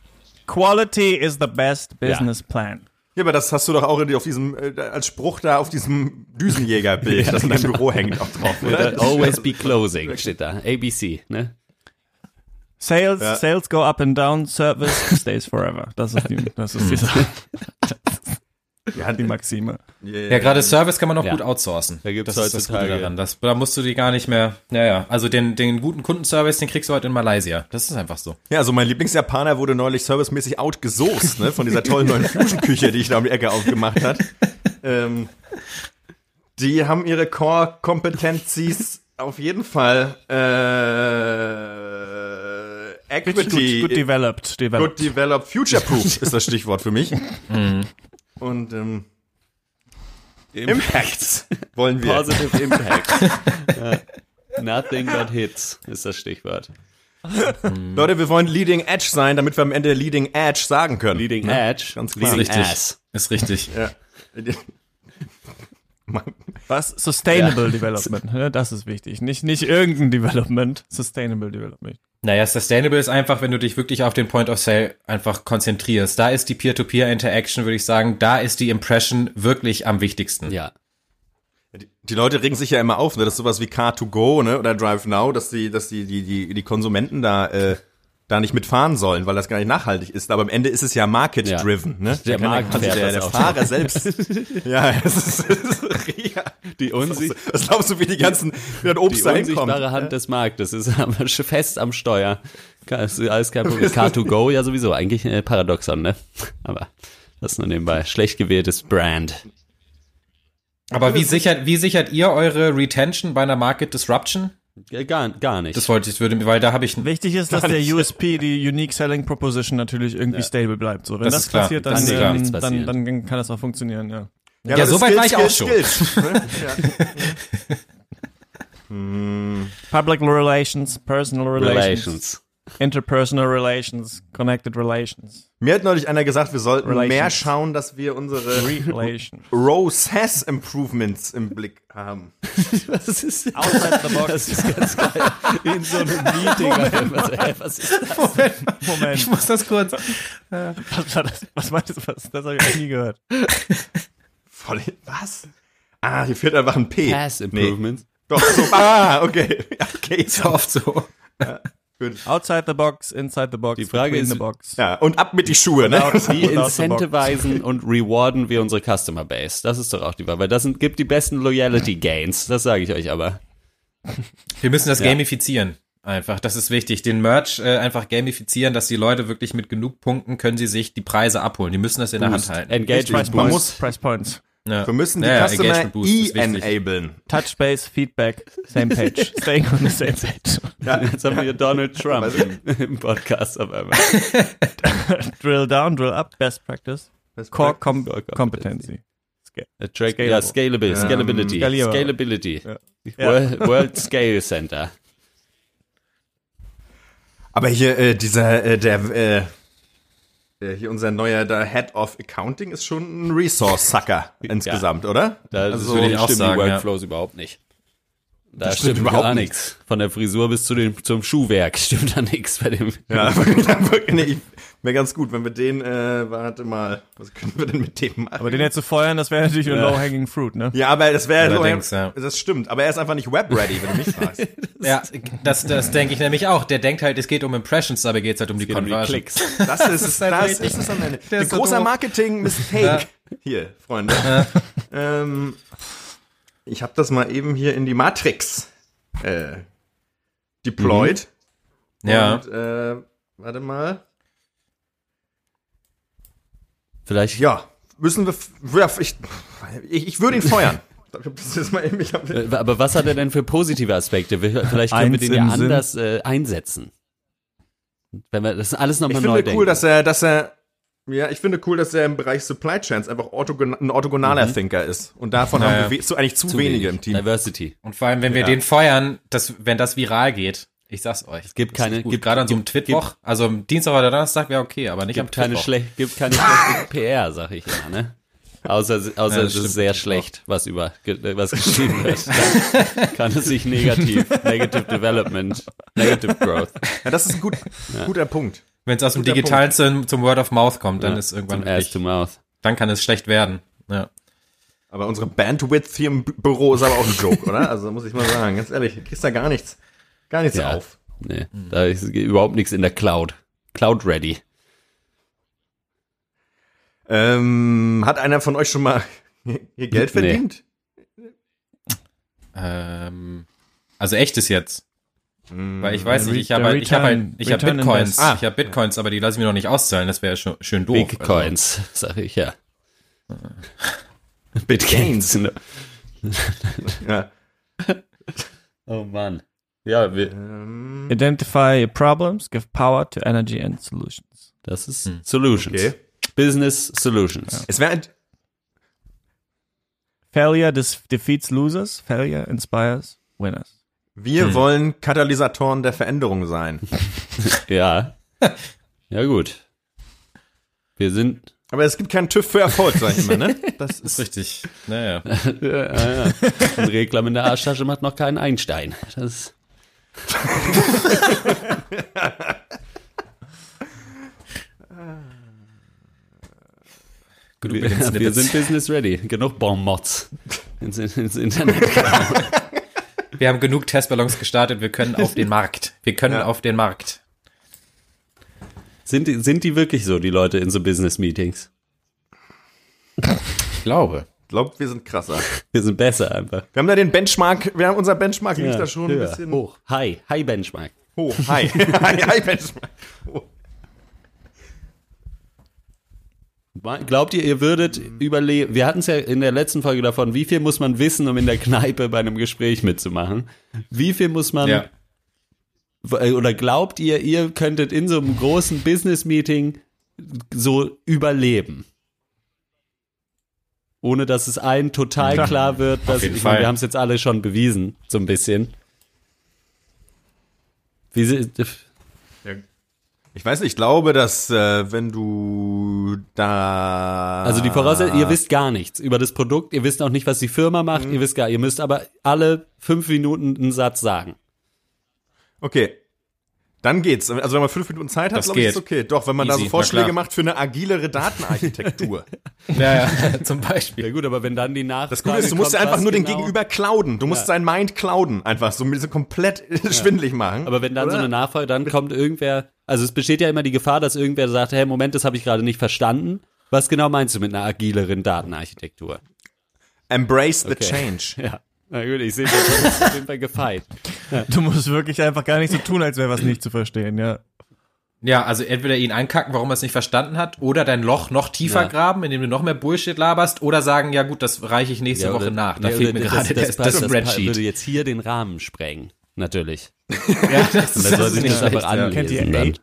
Speaker 1: Quality is the best business plan.
Speaker 2: Ja, aber das hast du doch auch in- auf diesem, äh, als Spruch da auf diesem Düsenjägerbild, das in deinem Büro hängt, auch drauf, oder?
Speaker 3: Always be closing, steht da. ABC, ne?
Speaker 1: Sales,
Speaker 2: Ja.
Speaker 1: Sales go up and down, Service stays forever. Das ist die, das ist die, Sache,
Speaker 2: Ja,
Speaker 1: die Maxime.
Speaker 4: Ja, gerade Service kann man auch
Speaker 3: Ja.
Speaker 4: gut outsourcen.
Speaker 3: Da gibt's
Speaker 4: das ist das Gute
Speaker 3: heutzutage-
Speaker 4: daran. Das, da musst du die gar nicht mehr. Ja, ja. Also den, den guten Kundenservice, den kriegst du halt in Malaysia. Das ist einfach so.
Speaker 2: ja, also mein Lieblingsjapaner wurde neulich servicemäßig outgesourced, ne, von dieser tollen neuen Fusion-Küche, die ich da um die Ecke aufgemacht hat. Ähm, die haben ihre Core-Kompetencies auf jeden Fall, äh,
Speaker 1: Richtig
Speaker 2: Equity,
Speaker 1: gut, gut developed.
Speaker 2: Good
Speaker 1: developed.
Speaker 2: Developed Future Proof ist das Stichwort für mich.
Speaker 3: Mhm.
Speaker 2: Und ähm, Impacts wollen wir.
Speaker 3: Positive Impact. ja. Nothing but hits ist das Stichwort.
Speaker 2: Mhm. Leute, wir wollen Leading Edge sein, damit wir am Ende Leading Edge sagen können. Ne?
Speaker 3: Leading Edge.
Speaker 2: ganz klar.
Speaker 3: leading
Speaker 4: Ist richtig.
Speaker 3: Ass.
Speaker 4: Ist richtig.
Speaker 2: Ja.
Speaker 1: Was? Sustainable Development. Ne? Das ist wichtig. Nicht, nicht irgendein Development. Sustainable Development.
Speaker 4: Naja, Sustainable ist einfach, wenn du dich wirklich auf den Point of Sale einfach konzentrierst. Da ist die Peer-to-Peer-Interaction, würde ich sagen, da ist die Impression wirklich am wichtigsten.
Speaker 3: Ja.
Speaker 2: Die, die Leute regen sich ja immer auf, ne? dass sowas wie Car2Go ne? oder Drive Now, dass die, dass die, die, die, die Konsumenten da, äh, da nicht mitfahren sollen, weil das gar nicht nachhaltig ist. Aber am Ende ist es ja market-driven. Ne?
Speaker 3: Der
Speaker 2: kann-
Speaker 3: Markt
Speaker 2: kann sich
Speaker 3: fährt
Speaker 2: der,
Speaker 3: das
Speaker 2: der
Speaker 3: auch.
Speaker 2: Fahrer selbst. ja, es ist, es ist ja.
Speaker 3: Die unsicht-
Speaker 2: Was glaubst du, wie die ganzen, wie ein Obst
Speaker 3: Die
Speaker 2: da hinkommt?
Speaker 3: unsichtbare Hand des Marktes ist aber sch- fest am Steuer. Ka- ist Alles kein Problem. Car2Go ja sowieso. Eigentlich äh, Paradoxon, ne? Aber das nur nebenbei. Schlecht gewähltes Brand.
Speaker 4: Aber wie sichert, wie sichert ihr eure Retention bei einer Market Disruption?
Speaker 3: Ja, Äh, Gar, gar nicht.
Speaker 4: Das wollte ich, würde, weil da habe ich,
Speaker 1: Wichtig ist, dass der USP, die Unique Selling Proposition, natürlich irgendwie stable bleibt. So, wenn
Speaker 4: Das
Speaker 1: das,
Speaker 4: ist klar.
Speaker 1: passiert, dann,
Speaker 4: Dann
Speaker 1: ähm,
Speaker 4: kann
Speaker 3: nichts
Speaker 1: dann,
Speaker 3: passieren.
Speaker 1: dann, kann das auch funktionieren, ja.
Speaker 2: Ja,
Speaker 4: Ja,
Speaker 2: das
Speaker 4: so
Speaker 2: ist
Speaker 4: weit war
Speaker 2: Skills,
Speaker 4: ich auch
Speaker 2: Skills, Skills, ne?
Speaker 1: Public Relations, Personal Relations,
Speaker 3: Relations.
Speaker 1: Interpersonal Relations, Connected Relations,
Speaker 2: Mir hat neulich einer gesagt, wir sollten
Speaker 1: Relations.
Speaker 2: mehr schauen, dass wir unsere
Speaker 1: Relations.
Speaker 2: Process Improvements im Blick haben.
Speaker 3: Das ist, das ist ganz geil. In so einem Meeting. Was, hä, was ist das?
Speaker 1: Moment,
Speaker 4: ich muss das kurz,
Speaker 1: was war das? Was meinst du? Was? Das habe ich noch nie gehört.
Speaker 2: Voll, was? Ah, hier fehlt einfach ein P.
Speaker 3: Pass Improvements.
Speaker 2: Doch, so. Ah, okay. Ja, Okay,
Speaker 4: so oft so.
Speaker 2: gut.
Speaker 1: Outside the box, inside the box,
Speaker 3: Die Frage
Speaker 1: between
Speaker 3: ist-
Speaker 1: the box.
Speaker 2: Ja, und ab mit die Schuhe, ne?
Speaker 4: Genau.
Speaker 3: Wie
Speaker 1: Und aus der Box.
Speaker 3: incentivizen und rewarden wir unsere Customer Base? Das ist doch auch die Wahl, weil das sind, gibt die besten Loyalty Gains. Das sage ich euch aber.
Speaker 4: Wir müssen das gamifizieren. Einfach, das ist wichtig. Den Merch äh, einfach gamifizieren, dass die Leute wirklich mit genug Punkten können sie sich die Preise abholen. Die müssen das in der
Speaker 3: Boost.
Speaker 4: Hand halten.
Speaker 3: Engagement
Speaker 1: Price
Speaker 2: Man
Speaker 1: Points,
Speaker 3: Boost.
Speaker 2: muss-
Speaker 1: Price Points.
Speaker 4: Ja.
Speaker 2: Wir müssen die
Speaker 4: Ja, ja,
Speaker 2: Customer
Speaker 4: Engagement Boost ist wichtig.
Speaker 2: E-enablen.
Speaker 1: Touch base, Feedback, same page. Staying on the same page.
Speaker 3: Jetzt haben wir hier Donald Trump im, im Podcast auf einmal.
Speaker 1: drill down, drill up, best practice.
Speaker 2: Das
Speaker 1: Core,
Speaker 2: Projekt-
Speaker 1: com
Speaker 3: Core
Speaker 1: Competency. Äh,
Speaker 3: Competency. Attract, ja, Scalable, Scalability.
Speaker 1: skalierbar.
Speaker 3: Scalability.
Speaker 1: Ja.
Speaker 3: World, World Scale Center.
Speaker 2: Aber hier, äh, dieser, äh, der, äh, äh, hier unser neuer da, Head of Accounting ist schon ein Resource-Sucker insgesamt, oder?
Speaker 3: Da
Speaker 2: Also,
Speaker 4: würde ich auch
Speaker 3: stimmen
Speaker 4: sagen,
Speaker 3: die
Speaker 4: ja.
Speaker 3: Workflows überhaupt nicht. Da
Speaker 2: stimmt
Speaker 3: stimmt
Speaker 2: überhaupt
Speaker 3: gar nichts. Von der Frisur bis zu dem, zum Schuhwerk stimmt da nichts bei dem.
Speaker 2: Ja, wirklich, nee, wäre ganz gut, wenn wir den, äh, warte mal, was können wir denn mit dem machen?
Speaker 1: Aber den jetzt zu feuern, das wäre natürlich eine low-hanging fruit, ne?
Speaker 2: ja, aber das wäre,
Speaker 4: Allerdings, ja.
Speaker 2: das stimmt, aber er ist einfach nicht web-ready, wenn du mich fragst.
Speaker 4: Ja, das, das denke ich nämlich auch. Der denkt halt, es geht um Impressions, dabei geht es halt um die
Speaker 3: Irgendwie
Speaker 4: Conversion.
Speaker 3: Klicks.
Speaker 2: Das ist, das ist,
Speaker 4: halt
Speaker 2: das
Speaker 4: richtig-
Speaker 2: ist es am Ende.
Speaker 4: Der
Speaker 2: Ein
Speaker 4: ist so
Speaker 2: großer
Speaker 4: doof.
Speaker 2: Marketing-Mistake. Hier, Freunde. ähm, ich habe das mal eben hier in die Matrix äh, deployed.
Speaker 4: Ja.
Speaker 2: Und, äh, warte mal.
Speaker 3: Vielleicht äh,
Speaker 2: Ja, müssen wir. f- Ja, ich, ich, ich würde ihn feuern. Ich hab das jetzt mal eben. Ich hab,
Speaker 3: äh, aber was hat er denn für positive Aspekte? Vielleicht können
Speaker 1: Eins
Speaker 3: wir den ja
Speaker 1: im Sinn.
Speaker 3: anders äh, einsetzen. Wenn wir das alles
Speaker 2: Ich
Speaker 3: nochmal neu
Speaker 2: finde
Speaker 3: denken.
Speaker 2: cool, dass er, dass er, ja, ich finde cool, dass er im Bereich Supply Chains einfach orthogon ein orthogonaler Thinker ist. Und davon
Speaker 4: Ja,
Speaker 2: haben wir we- so eigentlich Mhm. zu,
Speaker 3: Zu
Speaker 2: wenige
Speaker 3: wenig.
Speaker 2: im Team.
Speaker 3: Diversity.
Speaker 4: Und vor allem, wenn wir den feuern, das, wenn das viral geht, ich sag's euch. Es
Speaker 3: gibt keine-
Speaker 4: Gut.
Speaker 3: gibt-
Speaker 4: Gerade an so einem Twitwoch, also am Dienstag oder Donnerstag wäre okay, aber nicht am
Speaker 3: Gibt keine,
Speaker 4: Twitwoch.
Speaker 3: schlecht, gibt keine schlechte PR, sag ich ja, ne? Außer, außer
Speaker 4: das
Speaker 3: es
Speaker 4: stimmt
Speaker 3: ist sehr schlecht, was über ge- äh, was geschrieben wird. Dann kann es sich negativ, negative development, negative growth
Speaker 2: Ja, das ist ein gut, guter Punkt.
Speaker 4: Wenn es aus dem
Speaker 2: Guter
Speaker 4: Digitalen zum, zum Word of Mouth kommt, dann
Speaker 3: Ja,
Speaker 4: ist irgendwann
Speaker 3: from ne? ass to
Speaker 4: wirklich,
Speaker 3: mouth.
Speaker 4: dann kann es schlecht werden. Ja.
Speaker 2: Aber unsere Bandwidth hier im Bü- Büro ist aber auch ein Joke, oder? Also muss ich mal sagen, ganz ehrlich, du kriegst da gar nichts, gar nichts
Speaker 3: Ja.
Speaker 2: auf.
Speaker 3: Nee,
Speaker 4: Hm.
Speaker 3: da ist überhaupt nichts in der Cloud. Cloud ready.
Speaker 2: Ähm, hat einer von euch schon mal hier Geld
Speaker 3: Nee.
Speaker 2: verdient?
Speaker 4: Ähm, also echtes jetzt. Weil ich weiß
Speaker 1: Der
Speaker 4: nicht, ich
Speaker 1: Re-
Speaker 4: habe
Speaker 1: der
Speaker 4: halt, ich habe halt,
Speaker 1: Return-
Speaker 4: ich habe
Speaker 1: Return
Speaker 4: Bitcoins,
Speaker 1: Invest.
Speaker 4: ich habe Bitcoins, aber die lassen wir noch nicht auszahlen, das wäre schon schön doof. also.
Speaker 3: Big Coins, sag ich ja.
Speaker 4: Hm.
Speaker 3: Bitcoins. ne?
Speaker 2: Ja.
Speaker 3: Oh Mann. Ja, wir,
Speaker 2: Ähm,
Speaker 1: Identify your problems, give power to energy and solutions.
Speaker 3: das ist
Speaker 4: Hm.
Speaker 3: Solutions.
Speaker 2: Okay.
Speaker 3: Business Solutions.
Speaker 2: es wäre halt,
Speaker 1: Failure dis defeats losers, failure inspires winners.
Speaker 2: Wir
Speaker 3: Hm.
Speaker 2: wollen Katalysatoren der Veränderung sein.
Speaker 3: Ja. ja, gut. Wir sind
Speaker 2: Aber es gibt keinen TÜV für Erfolg, sag ich mal, ne?
Speaker 4: Das ist richtig. Naja.
Speaker 3: Ja, ja, ja. Ein Reklam in der Arschtasche macht noch keinen Einstein. Das
Speaker 4: Genug mit den
Speaker 3: wir, wir
Speaker 4: Snippets.
Speaker 3: sind business ready. Genug Bonmods ins, ins Internet.
Speaker 4: wir haben genug Testballons gestartet. Wir können auf den Markt. Wir können auf den Markt.
Speaker 3: Sind, die- sind die wirklich so, die Leute in so Business Meetings?
Speaker 4: Ich glaube.
Speaker 2: Glaubt, wir sind krasser.
Speaker 3: Wir sind besser einfach.
Speaker 2: Wir haben da den Benchmark, wir haben unser Benchmark liegt
Speaker 3: Ja,
Speaker 2: da schon
Speaker 3: höher,
Speaker 2: ein bisschen
Speaker 3: hoch. Hi, hi Benchmark.
Speaker 2: hoch. Hi. hi, hi Benchmark. Oh.
Speaker 3: Glaubt ihr, ihr würdet überleben? Wir hatten es ja in der letzten Folge davon, wie viel muss man wissen, um in der Kneipe bei einem Gespräch mitzumachen? Wie viel muss man,
Speaker 4: Ja.
Speaker 3: w- äh, oder glaubt ihr, ihr könntet in so einem großen Business-Meeting so überleben? Ohne dass es allen total klar wird, dass
Speaker 4: jeden
Speaker 3: ich meine,
Speaker 4: Fall.
Speaker 3: wir haben es jetzt alle schon bewiesen, so ein bisschen. Wie, se-
Speaker 2: Ich weiß nicht, ich glaube, dass äh, wenn du da
Speaker 3: Also die Voraussetzung, ihr wisst gar nichts über das Produkt, ihr wisst auch nicht, was die Firma macht, ihr wisst gar, ihr müsst aber alle fünf Minuten einen Satz sagen.
Speaker 2: Okay. Dann geht's. Also wenn man fünf Minuten Zeit hat,
Speaker 4: Das
Speaker 2: glaube ich, ist
Speaker 4: geht.
Speaker 2: okay. Doch, wenn man da
Speaker 4: Easy,
Speaker 2: so
Speaker 4: na
Speaker 2: Vorschläge
Speaker 4: klar.
Speaker 2: macht für eine agilere Datenarchitektur.
Speaker 4: Ja, ja. Zum Beispiel.
Speaker 3: Ja gut, aber wenn dann die Nachfrage
Speaker 2: Das Coole ist, du musst ja
Speaker 3: kommt,
Speaker 2: einfach
Speaker 3: was
Speaker 2: nur den
Speaker 3: genau-
Speaker 2: Gegenüber clouden. Du musst sein Mind clouden. Einfach so, so komplett schwindelig machen.
Speaker 3: Aber wenn dann so eine Nachfrage, dann kommt irgendwer, also es besteht ja immer die Gefahr, dass irgendwer sagt, hey, Moment, das habe ich gerade nicht verstanden. Was genau meinst du mit einer agileren Datenarchitektur?
Speaker 2: Embrace the
Speaker 3: Okay.
Speaker 2: change.
Speaker 3: Ja. Na gut, ich sehe das du bist auf jeden Fall gefeit.
Speaker 1: Du musst wirklich einfach gar nicht so tun, als wäre was nicht zu verstehen, ja.
Speaker 4: Ja, also entweder ihn ankacken, warum er es nicht verstanden hat, oder dein Loch noch tiefer
Speaker 3: Ja.
Speaker 4: graben, indem du noch mehr Bullshit laberst, oder sagen, ja gut, das reiche ich nächste
Speaker 3: Ja,
Speaker 4: Woche
Speaker 3: oder-
Speaker 4: nach. Da
Speaker 3: ja,
Speaker 4: fehlt
Speaker 3: oder
Speaker 4: mir gerade das, das,
Speaker 3: passt- würde
Speaker 4: Spreadsheet.
Speaker 3: jetzt hier den Rahmen sprengen, natürlich.
Speaker 4: Ja, das,
Speaker 3: Und dann soll sich das
Speaker 4: schlecht,
Speaker 3: einfach
Speaker 4: ja.
Speaker 3: anlesen.
Speaker 1: Kennt ihr
Speaker 3: dann.
Speaker 1: Eight?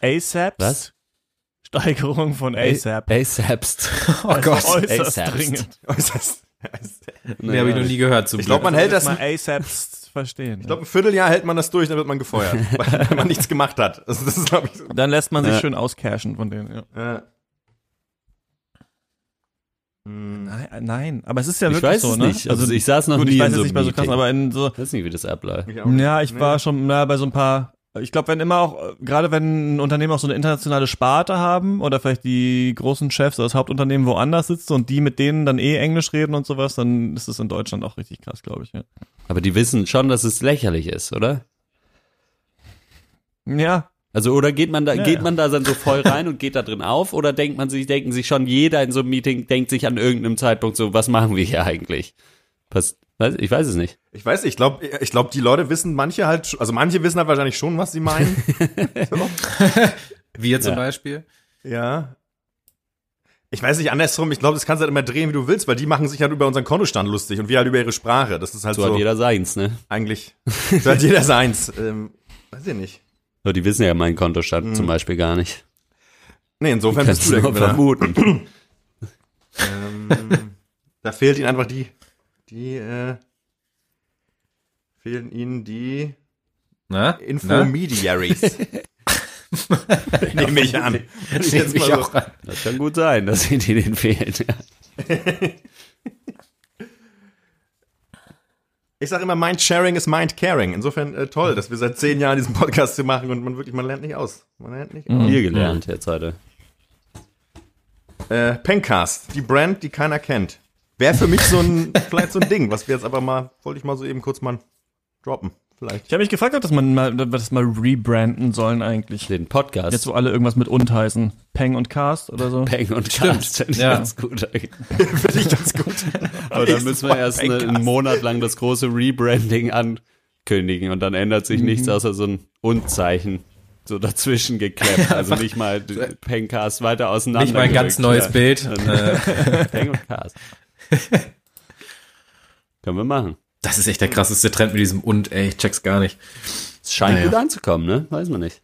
Speaker 1: ASAPs?
Speaker 3: Was?
Speaker 1: Steigerung von ASAP.
Speaker 3: ASAPst.
Speaker 4: Oh Gott,
Speaker 1: Also Äußerst
Speaker 3: ASAPs.
Speaker 1: dringend.
Speaker 2: Äußerst-
Speaker 4: nee, habe ich noch nie gehört. Zum
Speaker 2: Ich glaube,
Speaker 4: Glück.
Speaker 2: man hält das.
Speaker 1: Das mal
Speaker 2: Ich
Speaker 1: ASAPs verstehen.
Speaker 2: glaube, ein Vierteljahr hält man das durch, dann wird man gefeuert, weil weil man nichts gemacht hat. Also das ist, glaube ich, so.
Speaker 1: Dann lässt man sich
Speaker 3: Ja.
Speaker 1: schön auscashen von denen. Ja.
Speaker 2: Ja.
Speaker 1: Nein, nein, aber es ist ja
Speaker 3: Ich
Speaker 1: wirklich
Speaker 3: weiß
Speaker 1: so,
Speaker 3: es
Speaker 1: ne?
Speaker 3: nicht. Also, ich saß noch
Speaker 1: gut,
Speaker 3: nie
Speaker 1: ich weiß
Speaker 3: in
Speaker 1: es
Speaker 3: so
Speaker 1: nicht mehr
Speaker 3: einem
Speaker 1: so krass,
Speaker 3: Meeting.
Speaker 1: aber in so
Speaker 3: ich weiß nicht, wie das abläuft.
Speaker 2: Ich auch nicht.
Speaker 1: Ja, ich war schon na, bei so ein paar. Ich glaube, wenn immer auch, äh, gerade wenn ein Unternehmen auch so eine internationale Sparte haben oder vielleicht die großen Chefs oder das Hauptunternehmen woanders sitzt und die mit denen dann eh Englisch reden und sowas, dann ist es in Deutschland auch richtig krass, glaube ich. Ja.
Speaker 3: Aber die wissen schon, dass es lächerlich ist, oder?
Speaker 1: ja,
Speaker 3: Also oder geht man da
Speaker 1: Ja,
Speaker 3: geht
Speaker 1: ja.
Speaker 3: man da dann so voll rein und geht da drin auf oder denkt man sich denken sich schon jeder in so einem Meeting denkt sich an irgendeinem Zeitpunkt so was machen wir hier eigentlich? Was, weiß- ich weiß es nicht.
Speaker 2: Ich weiß, nicht, ich glaube, ich glaube, die Leute wissen manche halt, sch- also manche wissen halt wahrscheinlich schon, was sie meinen. so.
Speaker 4: Wir zum
Speaker 3: Ja.
Speaker 4: Beispiel.
Speaker 2: Ja. Ich weiß nicht, andersrum, ich glaube, das kannst du halt immer drehen, wie du willst, weil die machen sich halt über unseren Kontostand lustig und wir halt über ihre Sprache. Das ist halt
Speaker 3: So,
Speaker 2: so,
Speaker 3: hat jeder seins, ne?
Speaker 2: eigentlich, so hat jeder seins. Ähm, weiß ich nicht.
Speaker 3: So, die wissen ja meinen Kontostand
Speaker 1: Mhm.
Speaker 3: zum Beispiel gar nicht.
Speaker 2: Nee, insofern bist
Speaker 3: Kannst
Speaker 2: du
Speaker 3: du
Speaker 2: der
Speaker 3: nur
Speaker 2: Gewinner.
Speaker 3: vermuten.
Speaker 2: Ähm, da fehlt ihnen einfach die, die, äh, fehlen ihnen die
Speaker 4: Na? Na?
Speaker 2: Infomediaries. Nehme ich an. Wenn
Speaker 4: Jetzt
Speaker 2: ich jetzt mal
Speaker 4: mich
Speaker 2: so-
Speaker 4: auch an.
Speaker 3: Das kann gut sein, dass sie denen fehlt.
Speaker 2: Ich sage immer, Mind Sharing ist Mind Caring. Insofern äh, toll, dass wir seit zehn Jahren diesen Podcast hier machen und man wirklich, man lernt nicht aus. Man lernt nicht
Speaker 1: Mhm.
Speaker 2: aus.
Speaker 3: Viel gelernt jetzt heute.
Speaker 2: Äh, Pencast, die Brand, die keiner kennt. Wäre für mich so ein, vielleicht so ein Ding, was wir jetzt aber mal, wollte ich mal so eben kurz mal droppen. Vielleicht.
Speaker 1: ich habe mich gefragt, ob das man mal, ob wir das mal rebranden sollen eigentlich.
Speaker 3: Den Podcast.
Speaker 1: Jetzt, wo alle irgendwas mit und heißen. Peng und Cast oder so.
Speaker 3: Peng und Carsten.
Speaker 4: ja.
Speaker 3: Ganz gut.
Speaker 2: Finde ich ganz gut.
Speaker 3: Aber dann müssen wir erst eine,
Speaker 2: Pengcast.
Speaker 3: einen Monat lang das große Rebranding ankündigen und dann ändert
Speaker 4: Mhm.
Speaker 3: sich nichts außer so ein Und-Zeichen. So dazwischen geklemmt. Also nicht mal die Pengcast weiter auseinander.
Speaker 4: Nicht mal ein ganz
Speaker 3: gerückt.
Speaker 4: neues
Speaker 3: Ja. ne.
Speaker 4: Bild. Äh,
Speaker 3: Peng und Cast. Können wir machen.
Speaker 4: Das ist echt der krasseste Trend mit diesem und, ey, ich check's gar nicht.
Speaker 3: Es scheint
Speaker 4: Naja.
Speaker 3: gut anzukommen, ne? Weiß man nicht.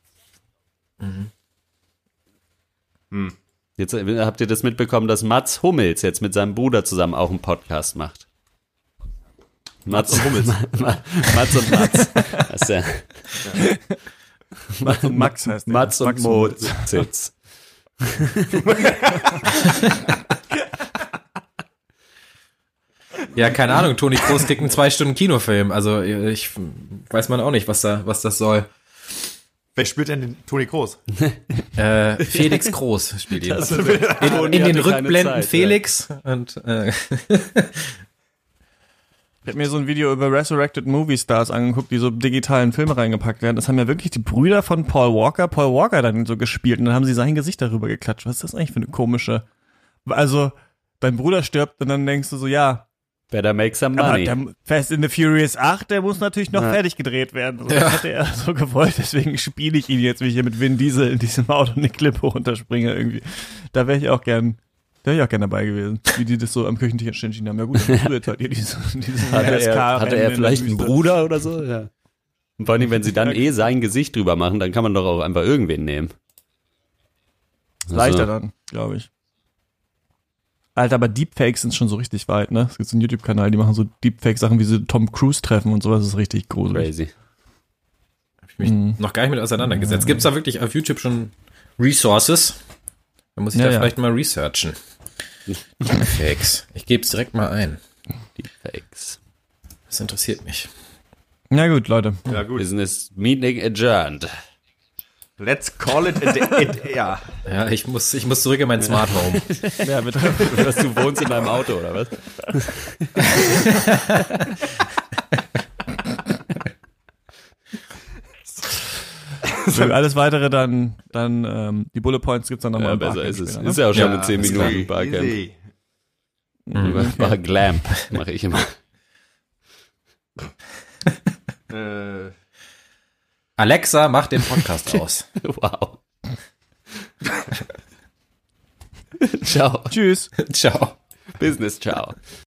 Speaker 3: Mhm. Jetzt äh, habt ihr das mitbekommen, dass Mats Hummels jetzt mit seinem Bruder zusammen auch einen Podcast macht. Mats, und Hummels. Mats und Mats. Das ist ja
Speaker 1: Max heißt der.
Speaker 3: Mats und
Speaker 1: Max Hummels.
Speaker 3: Mozitz.
Speaker 4: Ja, keine Ahnung, Toni Kroos kriegt einen zwei Stunden Kinofilm. Also ich weiß man auch nicht, was da, was das soll.
Speaker 2: Wer spielt denn den Toni Groß?
Speaker 4: Äh, Felix Groß spielt ihn.
Speaker 3: Das ist-
Speaker 4: In,
Speaker 3: Toni
Speaker 4: in den
Speaker 3: hatte keine
Speaker 4: Rückblenden
Speaker 3: Zeit,
Speaker 4: Felix und äh,
Speaker 1: Ich habe mir so ein Video über Resurrected Movie Stars angeguckt, die so digitalen Filme reingepackt werden. Das haben ja wirklich die Brüder von Paul Walker, Paul Walker dann so gespielt und dann haben sie sein Gesicht darüber geklatscht. Was ist das eigentlich für eine komische? Also, dein Bruder stirbt und dann denkst du so, ja,
Speaker 3: Ja. Better make some
Speaker 1: aber
Speaker 3: money.
Speaker 1: der Fast in the Furious 8, der muss natürlich noch
Speaker 3: Ja.
Speaker 1: fertig gedreht werden. So, Das hätte er so gewollt, deswegen spiele ich ihn jetzt, wie ich hier mit Vin Diesel in diesem Auto eine Klippe runterspringe irgendwie. Da wäre ich auch gern, da wäre ich auch gern dabei gewesen, wie die das so am Küchentisch entschieden haben. Ja gut, dann früher halt ihr diesen, diesen
Speaker 3: Hatte er,
Speaker 1: RSK
Speaker 3: hatte er
Speaker 1: in der
Speaker 3: vielleicht einen
Speaker 1: Wüste.
Speaker 3: Bruder oder so? Ja. Und vor allem, wenn sie dann
Speaker 1: Ja.
Speaker 3: eh sein Gesicht drüber machen, dann kann man doch auch einfach irgendwen nehmen. Also,
Speaker 1: Leichter dann, glaube ich. Alter, aber Deepfakes sind schon so richtig weit, ne? Es gibt so einen YouTube-Kanal, die machen so Deepfake-Sachen, wie sie Tom Cruise treffen und sowas, das ist richtig gruselig.
Speaker 3: Crazy.
Speaker 4: hab ich mich
Speaker 1: Mhm.
Speaker 4: noch gar nicht mit auseinandergesetzt. Gibt's da wirklich auf YouTube schon Resources? Dann muss ich
Speaker 1: Ja,
Speaker 4: da
Speaker 1: ja.
Speaker 4: vielleicht mal researchen. Fix. Ich gebe es direkt mal ein.
Speaker 3: Deepfakes.
Speaker 4: Das interessiert mich.
Speaker 1: Na gut, Leute.
Speaker 2: Ja, gut.
Speaker 3: Business Meeting adjourned.
Speaker 2: Let's call it a day. It, ja.
Speaker 4: Ja, ich muss, ich muss zurück in mein Smart Home.
Speaker 1: Ja, wir treffen
Speaker 3: Was, du wohnst in deinem Auto, oder was?
Speaker 1: So, alles weitere dann, dann ähm, die Bullet Points gibt's dann nochmal.
Speaker 3: Ja,
Speaker 1: im
Speaker 3: besser
Speaker 1: Barcamp
Speaker 3: ist es.
Speaker 1: später, ne?
Speaker 3: Ist ja auch schon
Speaker 4: Ja,
Speaker 3: eine 10
Speaker 4: ist
Speaker 3: Minuten
Speaker 2: Easy.
Speaker 3: Barcamp.
Speaker 2: Easy.
Speaker 3: Bar Glamp mache ich immer.
Speaker 2: Äh,
Speaker 4: Alexa, mach den Podcast aus.
Speaker 3: Wow. ciao.
Speaker 1: Tschüss.
Speaker 4: Ciao.
Speaker 3: Business, ciao.